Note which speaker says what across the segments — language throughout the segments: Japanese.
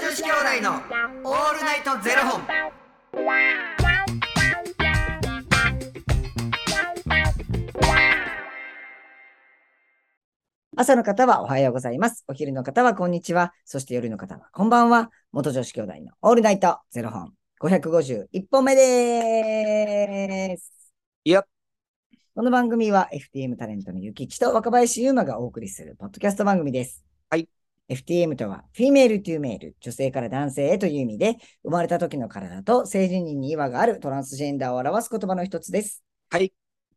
Speaker 1: 子兄弟のオールナイトゼロ本。
Speaker 2: 朝の方はおはようございます。お昼の方はこんにちは。そして夜の方はこんばんは。元女子兄弟のオールナイトゼロ本551本目です。
Speaker 3: いや、
Speaker 2: この番組は FTM タレントのゆきちと若林優馬がお送りするポッドキャスト番組です。
Speaker 3: はい。
Speaker 2: FTM とは、フィメールというメール、女性から男性へという意味で、生まれた時の体と性自認に違和があるトランスジェンダーを表す言葉の一つです。
Speaker 3: はい。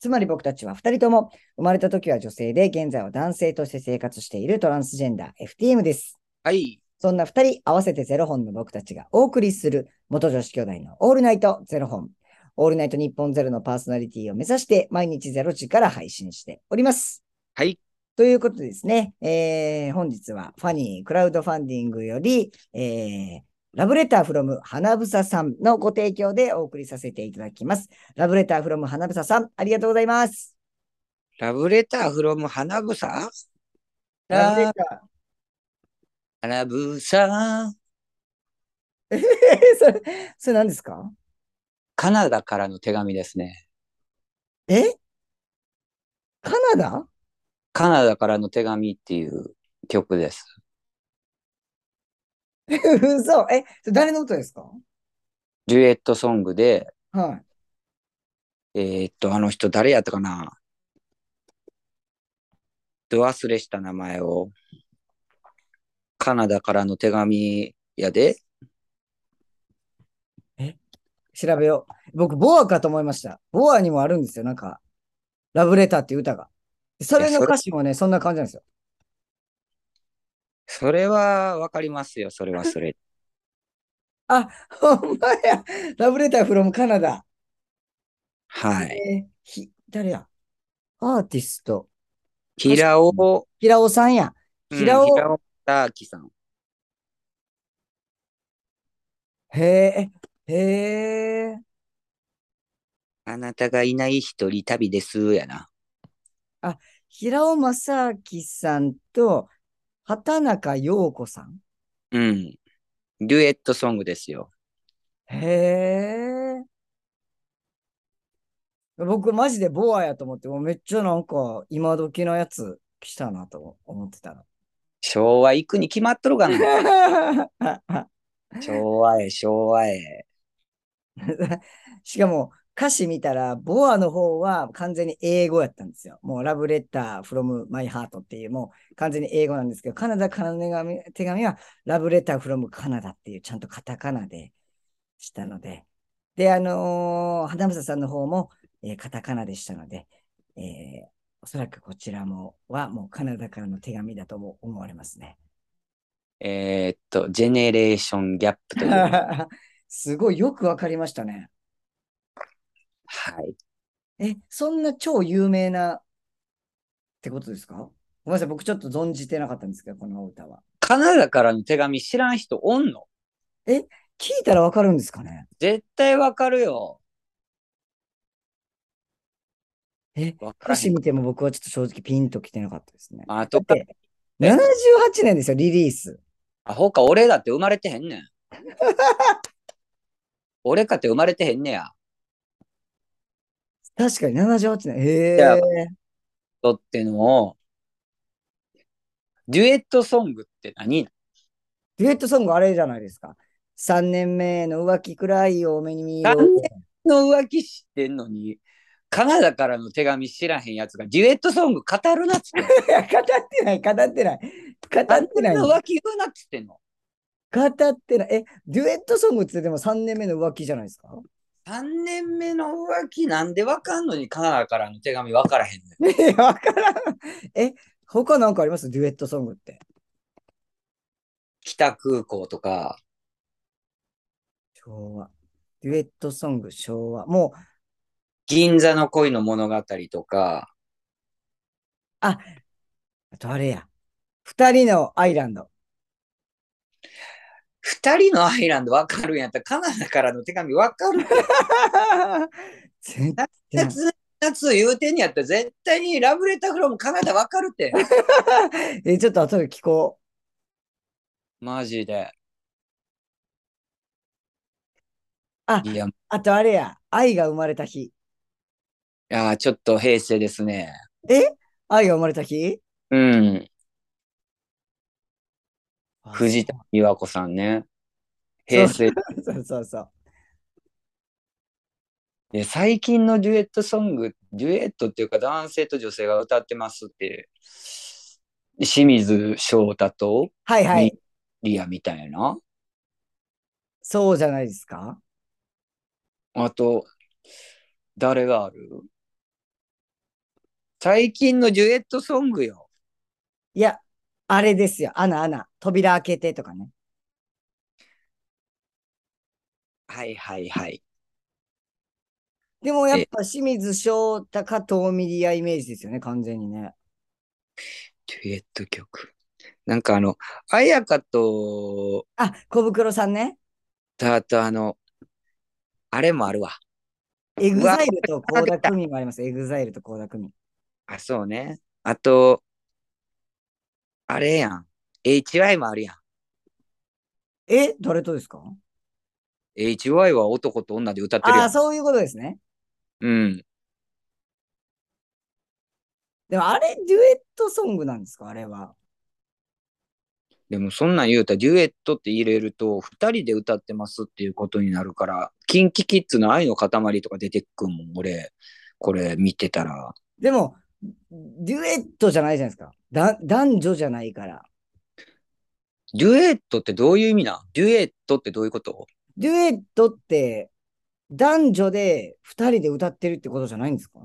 Speaker 2: つまり僕たちは二人とも、生まれた時は女性で、現在は男性として生活しているトランスジェンダー FTM です。
Speaker 3: はい。
Speaker 2: そんな二人合わせてゼロ本の僕たちがお送りする元女子兄弟のオールナイトゼロ本。オールナイト日本ゼロのパーソナリティを目指して毎日ゼロ時から配信しております。
Speaker 3: はい。
Speaker 2: ということでですね、えー本日はファニークラウドファンディングより、えーラブレターフロム花房さんのご提供でお送りさせていただきます。ラブレターフロム花房さん、ありがとうございます。
Speaker 3: ラブレターフロム花房
Speaker 2: ラブレ
Speaker 3: ラ
Speaker 2: タ
Speaker 3: 花房
Speaker 2: ー。 それ、それ何ですか
Speaker 3: カナダからの手紙ですね。
Speaker 2: えカナダ
Speaker 3: カナダからの手紙っていう曲です。
Speaker 2: 嘘え、それ誰の歌ですか
Speaker 3: デュエットソングで、
Speaker 2: はい。
Speaker 3: えーっと、あの人誰やったかなド忘れした名前を。カナダからの手紙やで。
Speaker 2: 調べよう。僕、ボアかと思いました。ボアにもあるんですよ。なんか、ラブレターっていう歌が。それの歌詞もね、そんな感じなんですよ。
Speaker 3: それはわかりますよ。それはそれ。
Speaker 2: ほんまや。ラブレターフロムカナダ。
Speaker 3: はい。
Speaker 2: えーひ、誰やアーティスト。
Speaker 3: 平尾、
Speaker 2: 平尾さんや。
Speaker 3: うん
Speaker 2: 平尾
Speaker 3: 平尾明さん。
Speaker 2: へえ、へえ。
Speaker 3: あなたがいない一人旅ですやな。
Speaker 2: 平尾正明さんと、畑中陽子さん。
Speaker 3: うん。デュエットソングですよ。
Speaker 2: へえ。僕、マジでボアやと思って、もうめっちゃなんか、今時のやつ来たなと思ってたの。
Speaker 3: 昭和行くに決まっとる がな。昭和へ、昭和へ。
Speaker 2: しかも、歌詞見たら、ボアの方は完全に英語やったんですよ。もう、ラブレター from my heart っていう、もう完全に英語なんですけど、カナダからの手紙手紙は、ラブレター from カナダっていう、ちゃんとカタカナでしたので、で、あのー花房さんの方も、えーカタカナでしたので、えーおそらくこちらも、はもうカナダからの手紙だとも思われますね。
Speaker 3: えーっと、ジェネレーションギャップという。は
Speaker 2: すごいよくわかりましたね。
Speaker 3: い。
Speaker 2: え、そんな超有名なってことですかごめんなさい、僕ちょっと存じてなかったんですけど、このお歌は。
Speaker 3: カナダからの手紙知らん人おんの
Speaker 2: 聞いたらわかるんですかね
Speaker 3: 絶対わかるよ。
Speaker 2: え
Speaker 3: わか
Speaker 2: 歌
Speaker 3: らへ
Speaker 2: 詞
Speaker 3: ん。
Speaker 2: 見ても僕はちょっと正直ピンときてなかったですね。
Speaker 3: あ
Speaker 2: だ
Speaker 3: と
Speaker 2: っ
Speaker 3: か、
Speaker 2: て、78年ですよ、リリース。
Speaker 3: あほか俺だって生まれてへん ねん。俺かって生まれてへんねや。
Speaker 2: 確かに78年。へえ
Speaker 3: いやとってのを、デュエットソングって何
Speaker 2: デュエットソングあれじゃないですか。3年目の浮気くらい多めに見よう
Speaker 3: 三年の浮気知ってんのに、カナダからの手紙知らへんやつがデュエットソング語るなっつってんの。
Speaker 2: いや語ってない、語ってない。語ってない。
Speaker 3: 三年の浮気言うなっつってんの。
Speaker 2: 語ってない。え、デュエットソングってでも3年目の浮気じゃないですか
Speaker 3: 3年目の浮気なんでわかんのにカナダからの手紙わからへんねん。
Speaker 2: ねえ、わからん。え、他なんかありますデュエットソングって。
Speaker 3: 北空港とか、
Speaker 2: 昭和。デュエットソング、昭和。もう、
Speaker 3: 銀座の恋の物語とか、
Speaker 2: あとあれや。二人のアイランド。
Speaker 3: 二人のアイランドわかるんやったらカナダからの手紙わかる。
Speaker 2: 全然
Speaker 3: 夏、夏言うてんやったら絶対にラブレターフロムカナダわかるって。
Speaker 2: え、ちょっと後で聞こ
Speaker 3: マジで。いや、
Speaker 2: あとあれや、愛が生まれた日。
Speaker 3: あーちょっと平成ですね。
Speaker 2: 愛が生まれた日
Speaker 3: うん。藤田美和子さんね。平成。
Speaker 2: そうそうそう。
Speaker 3: で最近のデュエットソング、デュエットっていうか男性と女性が歌ってますって、清水翔太と
Speaker 2: はいはい
Speaker 3: に。リアみたいな。
Speaker 2: そうじゃないですか
Speaker 3: あと、誰がある最近のデュエットソングよ。
Speaker 2: いや、あれですよ。アナアナ。扉開けてとかね。
Speaker 3: はいはいはい。
Speaker 2: でもやっぱ清水翔太か遠見リアイメージですよね、完全にね。
Speaker 3: デュエット曲。なんかあの、綾香と、
Speaker 2: あ、小袋さんね。
Speaker 3: たあとあの、あれもあるわ。
Speaker 2: エグザイルと倖田來未もあります。エグザイルと倖田來未。
Speaker 3: あ、そうね。あと、あれやん。HY もあるやん。
Speaker 2: え、誰とですか
Speaker 3: HY は男と女で歌ってる
Speaker 2: あ
Speaker 3: や
Speaker 2: あ、
Speaker 3: ん。
Speaker 2: そういうことですね。
Speaker 3: うん。
Speaker 2: でもあれ、デュエットソングなんですかあれは。
Speaker 3: でもそんなん言うたら、デュエットって入れると、二人で歌ってますっていうことになるから、キンキキッズの愛の塊とか出てくんもん、俺、これ見てたら。
Speaker 2: でも、デュエットじゃないじゃないですか。だ男女じゃないから。
Speaker 3: デュエットってどういう意味なんデュエットってどういうこと
Speaker 2: デュエットって、男女で2人で歌ってるってことじゃないんですか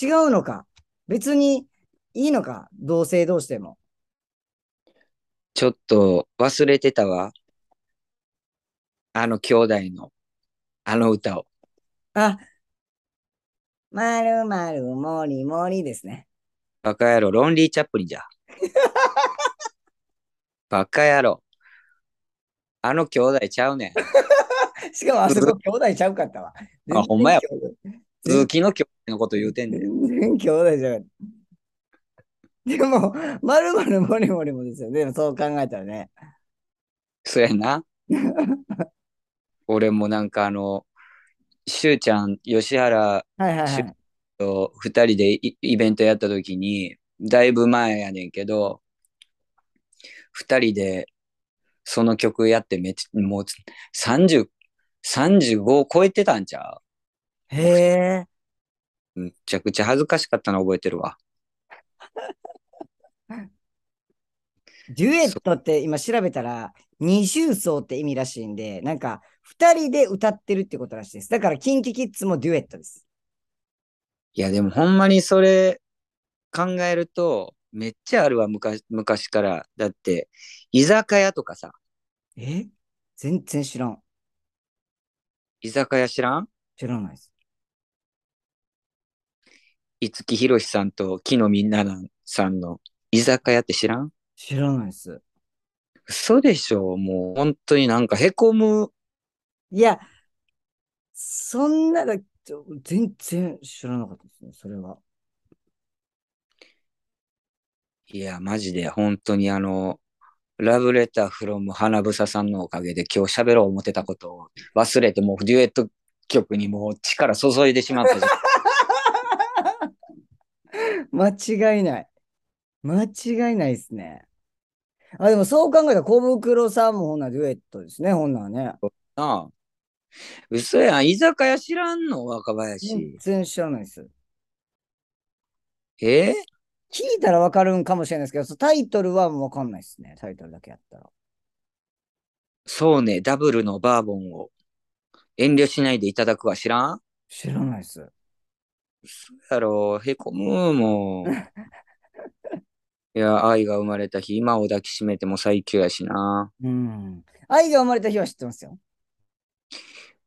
Speaker 2: 違うのか別にいいのか同性同士でも。
Speaker 3: ちょっと忘れてたわ。あの兄弟の、あの歌を。
Speaker 2: あ、まるまるもりもりですね。
Speaker 3: バカ野郎、ロンリー・チャップリンじゃ。バカ野郎。あの兄弟ちゃうねん。
Speaker 2: しかもあそこ兄弟ちゃうかったわ。
Speaker 3: あほんまや
Speaker 2: 全然
Speaker 3: 鈴木の兄弟のこと言うてんねん。
Speaker 2: 全然兄弟じゃない。でも、まるまるもりもりもですよね。でもそう考えたらね。
Speaker 3: そうやな。俺もなんかあの、しゅうちゃん、吉原
Speaker 2: はいはいは
Speaker 3: し
Speaker 2: い。
Speaker 3: と二人でイイベントやった時に、だいぶ前やねんけど、二人でその曲やってめっちゃ、もう30、35を超えてたんちゃ
Speaker 2: へえ。
Speaker 3: うむちゃくちゃ恥ずかしかったの覚えてるわ。
Speaker 2: デュエットって今調べたら、二重奏って意味らしいんで、なんか、二人で歌ってるってことらしいです。だから、キンキキッズもデュエットです。
Speaker 3: いやでもほんまにそれ考えるとめっちゃあるわ昔昔から。だって居酒屋とかさ、
Speaker 2: え全然知らん。
Speaker 3: 居酒屋知らん
Speaker 2: 知らないです。
Speaker 3: 五木ひろしさんと木のみんなさんの居酒屋って知らん
Speaker 2: 知らないです。
Speaker 3: 嘘でしょもう本当になんかへこむ。
Speaker 2: いや、そんなだ、ちょ全然知らなかったですね、それは。
Speaker 3: いやマジで本当にあのラブレターフロム花房さんのおかげで今日喋ろう思ってたことを忘れてもうデュエット曲にもう力注いでしまったじゃん。
Speaker 2: 間違いない。間違いないですね。あ、でもそう考えたら、小袋さんもほんならデュエットですね、ほんならね。
Speaker 3: なあ。嘘やん。居酒屋知らんの若
Speaker 2: 全
Speaker 3: 林。
Speaker 2: 然知らないです。
Speaker 3: え
Speaker 2: 聞いたらわかるんかもしれないですけど、そのタイトルはもうわかんないですね。タイトルだけやったら。
Speaker 3: そうね。ダブルのバーボンを遠慮しないでいただくは知らん
Speaker 2: 知らないです。
Speaker 3: 嘘やろ。へこむもん。いや、愛が生まれた日、今を抱きしめても最強やしな。
Speaker 2: うん。愛が生まれた日は知ってますよ。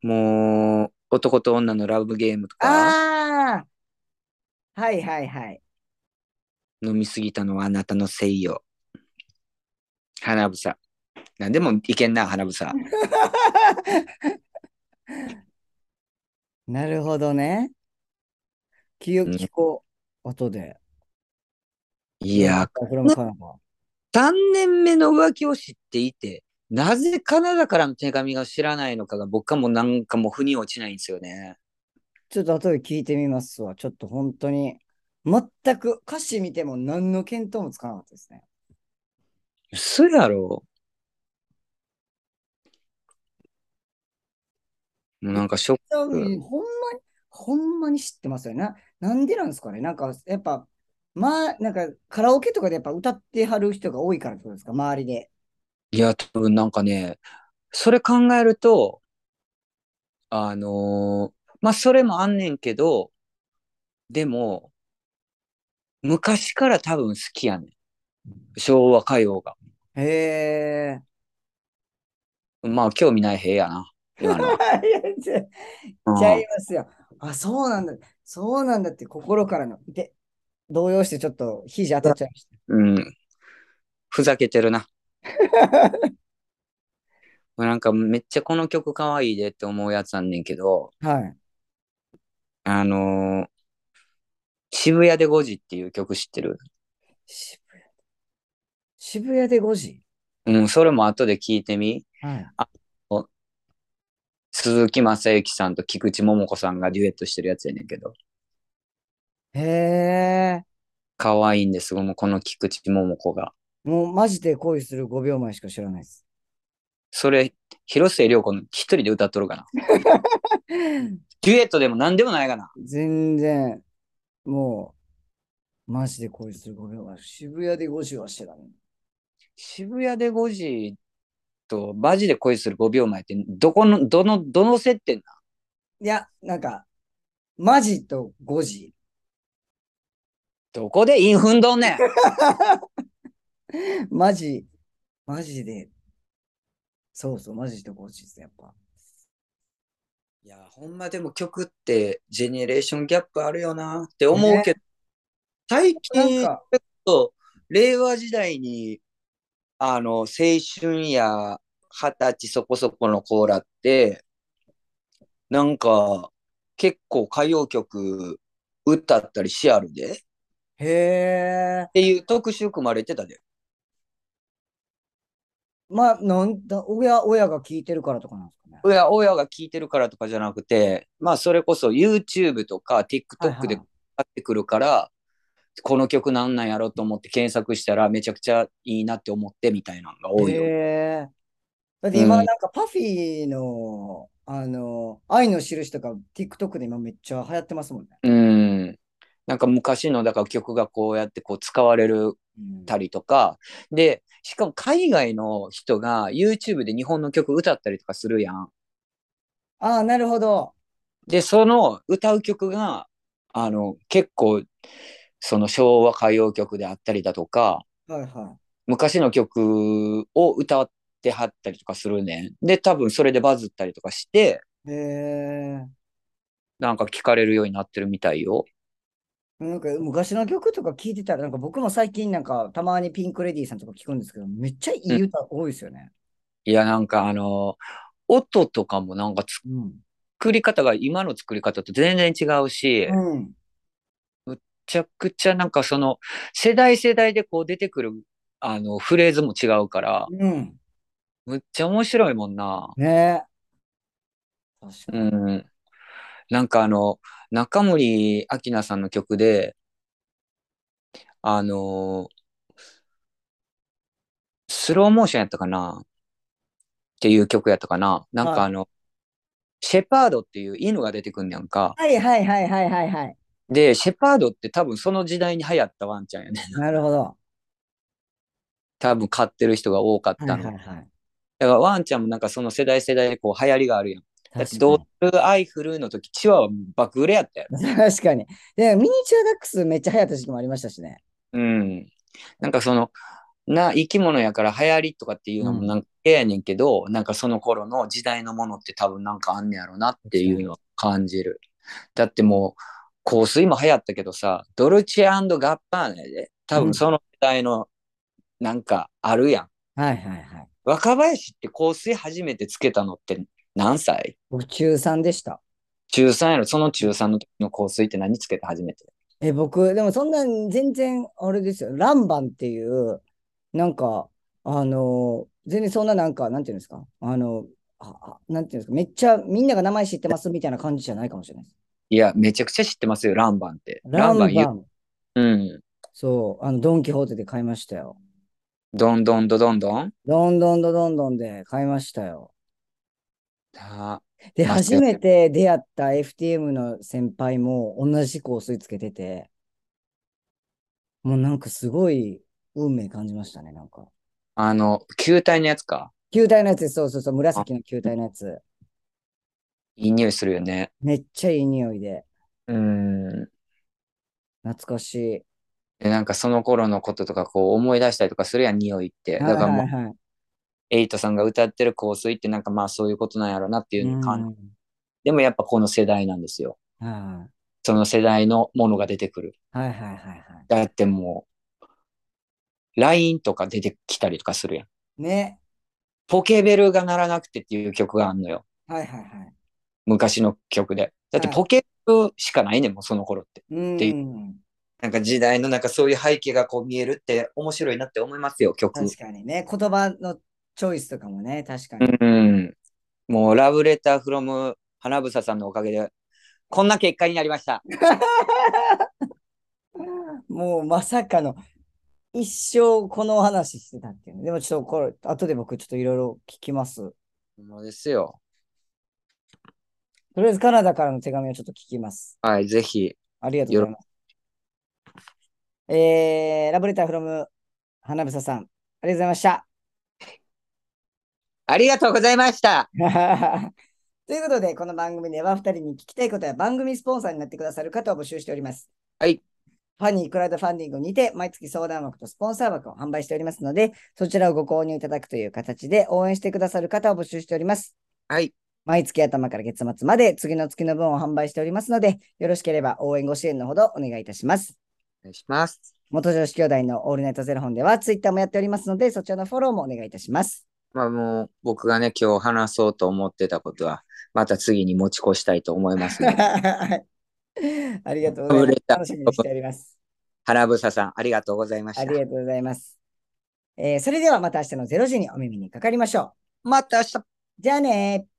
Speaker 3: もう、男と女のラブゲームとか、
Speaker 2: ああはいはいはい。
Speaker 3: 飲みすぎたのはあなたのせいよ。花房。なんでもいけんな、花房。
Speaker 2: なるほどね。気を
Speaker 3: うん
Speaker 2: 聞こう。後で。
Speaker 3: いや、
Speaker 2: これもかなか。
Speaker 3: 3年目の浮気を知っていて、なぜカナダからの手紙が知らないのかが僕はもうなんかもう腑に落ちないんですよね。
Speaker 2: ちょっと後で聞いてみますわ。ちょっと本当に、全く歌詞見ても何の見当もつかなかったですね。
Speaker 3: 嘘やろもうなんかショッ
Speaker 2: 多分
Speaker 3: う
Speaker 2: ほんまに、ほんまに知ってますよね。ななんでなんですかねなんか、やっぱ、まあ、なんかカラオケとかでやっぱ歌ってはる人が多いからってことですか周りで。
Speaker 3: いや、多分なんかね、それ考えると、あのーまあ、それもあんねんけど、でも、昔から多分好きやねん。昭和歌謡が。
Speaker 2: へえ。
Speaker 3: まあ、興味ない兵やな。今のは
Speaker 2: いやちゃ
Speaker 3: う ん
Speaker 2: ちゃいますよ。あ、そうなんだ。そうなんだって心からの。で、動揺してちょっと肘当たっちゃいまし
Speaker 3: うん。ふざけてるな。なんかめっちゃこの曲かわいいでって思うやつなんねんけど、
Speaker 2: た。はい。
Speaker 3: あのー渋谷で5時っていう曲知ってる
Speaker 2: 渋谷。渋谷で5時。
Speaker 3: うん、それも後で聞いてみ。
Speaker 2: はい。
Speaker 3: 鈴木雅之さんと菊池桃子さんがデュエットしてるやつやねんけど、
Speaker 2: へえ。
Speaker 3: 可愛いんです、もうこの菊池桃子が。
Speaker 2: もうマジで恋する5秒前しか知らないです。
Speaker 3: それ、広末涼子の一人で歌っとるかな。デュエットでも何でもないかな。
Speaker 2: 全然、もう、マジで恋する5秒前。渋谷で5時は知らない。
Speaker 3: 渋谷で5時とマジで恋する5秒前って、どこの、どの、どの接点ない
Speaker 2: や、なんか、マジと5時。
Speaker 3: どこでインフンどんね ん
Speaker 2: マジ、マジで、そうそう、マジで欲しいです、やっぱ。
Speaker 3: いや、ほんまでも曲ってジェネレーションギャップあるよなって思うけど、最近、ち
Speaker 2: なん
Speaker 3: ょ
Speaker 2: か
Speaker 3: っと令和時代に、あの、青春や二十歳そこそこの子らって、なんか、結構歌謡曲歌ったりしあるでっ
Speaker 2: へえ。
Speaker 3: ていう特集組まれてたで。
Speaker 2: まあ、なんだ、親、親が聞いてるからとかなんですかね。
Speaker 3: 親、親が聞いてるからとかじゃなくて、まあ、それこそ YouTube とか TikTok で
Speaker 2: はいはい
Speaker 3: かかってくるから、この曲なんなんやろと思って検索したらめちゃくちゃいいなって思ってみたいなのが多いよ。
Speaker 2: へえ。だって今、なん
Speaker 3: う
Speaker 2: んかパフィーの、あの、愛の印とか、TikTok で今めっちゃ流行ってますもんね。
Speaker 3: うん。なんか昔のだから曲がこうやってこう使われる
Speaker 2: うん
Speaker 3: たりとか、で、しかも海外の人が YouTube で日本の曲歌ったりとかするやん。
Speaker 2: ああ、なるほど。
Speaker 3: で、その歌う曲が、あの、結構、その昭和歌謡曲であったりだとか、
Speaker 2: はいは
Speaker 3: 昔の曲を歌ってはったりとかするねん。で、多分それでバズったりとかして、
Speaker 2: い。へえ。
Speaker 3: なんか聞かれるようになってるみたいよ。
Speaker 2: なんか昔の曲とか聞いてたら、なんか僕も最近なんかたまにピンクレディーさんとか聞くんですけど、めっちゃいい歌多いですよね。
Speaker 3: いや、なんかあの音とかもなんか
Speaker 2: うん。
Speaker 3: 作り方が今の作り方と全然違うし、め
Speaker 2: うん。
Speaker 3: ちゃくちゃなんかその世代世代でこう出てくるあのフレーズも違うから、
Speaker 2: うん。
Speaker 3: むっちゃ面白いもんな。
Speaker 2: ねえ。確か
Speaker 3: うん。なんかあの、中森明菜さんの曲で、あのスローモーションやったかなっていう曲やったかななんかあの、シェパードっていう犬が出てくんねやんか。
Speaker 2: に。はいはいはいはいはいはい。
Speaker 3: で、シェパードって多分その時代に流行ったワンちゃんや ね。
Speaker 2: なるほど。
Speaker 3: 多分飼ってる人が多かっ
Speaker 2: はい
Speaker 3: た
Speaker 2: は
Speaker 3: の。
Speaker 2: いは
Speaker 3: だ
Speaker 2: い。
Speaker 3: からワンちゃんもなんかその世代世代でこう流行りがあるやん。だってドールアイフルーの時、チワワ爆売れやったやろ。
Speaker 2: 確かに。 確かに。で、ミニチュアダックスめっちゃ流行った時期もありましたしね。
Speaker 3: うん。なんかその、な、生き物やから流行りとかっていうのも
Speaker 2: うん
Speaker 3: なんか嫌やねんけど、なんかその頃の時代のものって多分なんかあんねやろなっていうのを感じる。だってもう、香水も流行ったけどさ、ドルチェガッパーネで、多分その時代のなんかあるやん。
Speaker 2: はいはいはい。
Speaker 3: 若林って香水初めてつけたのって何歳
Speaker 2: 僕中3でした。
Speaker 3: 中3やろその中3の時の香水って何つけて初めて
Speaker 2: え、僕、でもそんなん全然あれですよ。ランバンっていう、なんか、あの全然そんななんか、なんていうんですか、あの、ああなんていうんですか、めっちゃみんなが名前知ってますみたいな感じじゃないかもしれないです。
Speaker 3: いや、めちゃくちゃ知ってますよ、ランバンって。
Speaker 2: ランバン。
Speaker 3: 言う。うん。
Speaker 2: そう、あの、ドン・キホーテで買いましたよ。
Speaker 3: どんどんどどんどん。
Speaker 2: どんどんどどんどんで買いましたよ。
Speaker 3: あ
Speaker 2: で、
Speaker 3: まあ
Speaker 2: 初めて出会った FTM の先輩も同じ香水つけてて、もうなんかすごい運命感じましたね、なんか。
Speaker 3: あの、球体のやつか。
Speaker 2: 球体のやつです、そうそうそう、紫の球体のやつ。
Speaker 3: いい匂いするよね。
Speaker 2: めっちゃいい匂いで、
Speaker 3: うん。
Speaker 2: 懐かし
Speaker 3: で、なんかその頃のこととかこう思い出したりとかするやん、匂いって。
Speaker 2: い。
Speaker 3: だからも
Speaker 2: は
Speaker 3: う、
Speaker 2: いはいはい
Speaker 3: エイトさんが歌ってる香水ってなんかまあそういうことなんやろうなっていう
Speaker 2: う
Speaker 3: 感じ。
Speaker 2: ん
Speaker 3: でもやっぱこの世代なんですよ。
Speaker 2: は
Speaker 3: その世代のものが出てくる。
Speaker 2: いはいはいはいは
Speaker 3: だってもう、LINE とか出てきたりとかするやん。
Speaker 2: い。ね。
Speaker 3: ポケベルが鳴らなくてっていう曲があんのよ。
Speaker 2: はいはいはい。
Speaker 3: 昔の曲で。だって
Speaker 2: はい
Speaker 3: ポケベルしかないねん、もうその頃って。
Speaker 2: うん。
Speaker 3: っていなんか時代のなんかそういう背景がこう見えるって面白いなって思いますよ、曲。
Speaker 2: 確かにね、言葉のチョイスとかもね、確かに。
Speaker 3: うん。もうラブレターフロム花房さんのおかげで、こんな結果になりました。
Speaker 2: もうまさかの一生この話してたっていうね。でもちょっとこれ、後で僕ちょっといろいろ聞きます。
Speaker 3: もうですよ。
Speaker 2: とりあえずカナダからの手紙をちょっと聞きます。
Speaker 3: はい、ぜひ。
Speaker 2: ありがとうございます。えー、ラブレターフロム花房さん、ありがとうございました。
Speaker 3: ありがとうございました。
Speaker 2: ということで、この番組では2人に聞きたいことや番組スポンサーになってくださる方を募集しております。
Speaker 3: はい。
Speaker 2: ファニークラウドファンディングにて、毎月相談枠とスポンサー枠を販売しておりますので、そちらをご購入いただくという形で応援してくださる方を募集しております。
Speaker 3: はい。
Speaker 2: 毎月頭から月末まで次の月の分を販売しておりますので、よろしければ応援ご支援のほどお願いいたします。
Speaker 3: お願いします。
Speaker 2: 元女子兄弟のオールナイトゼロ本ではツイッターもやっておりますので、そちらのフォローもお願いいたします。
Speaker 3: まあもう、僕がね、今日話そうと思ってたことは、また次に持ち越したいと思 いますので。
Speaker 2: ありがとうございま
Speaker 3: ラブレ
Speaker 2: す。
Speaker 3: ター
Speaker 2: 楽しみにしております。
Speaker 3: 花房さん、ありがとうございまし
Speaker 2: あ
Speaker 3: た
Speaker 2: り。がとうございます。えーそれではまた明日の0時にお耳にかかりましょ
Speaker 3: また明日。
Speaker 2: う。じゃあねー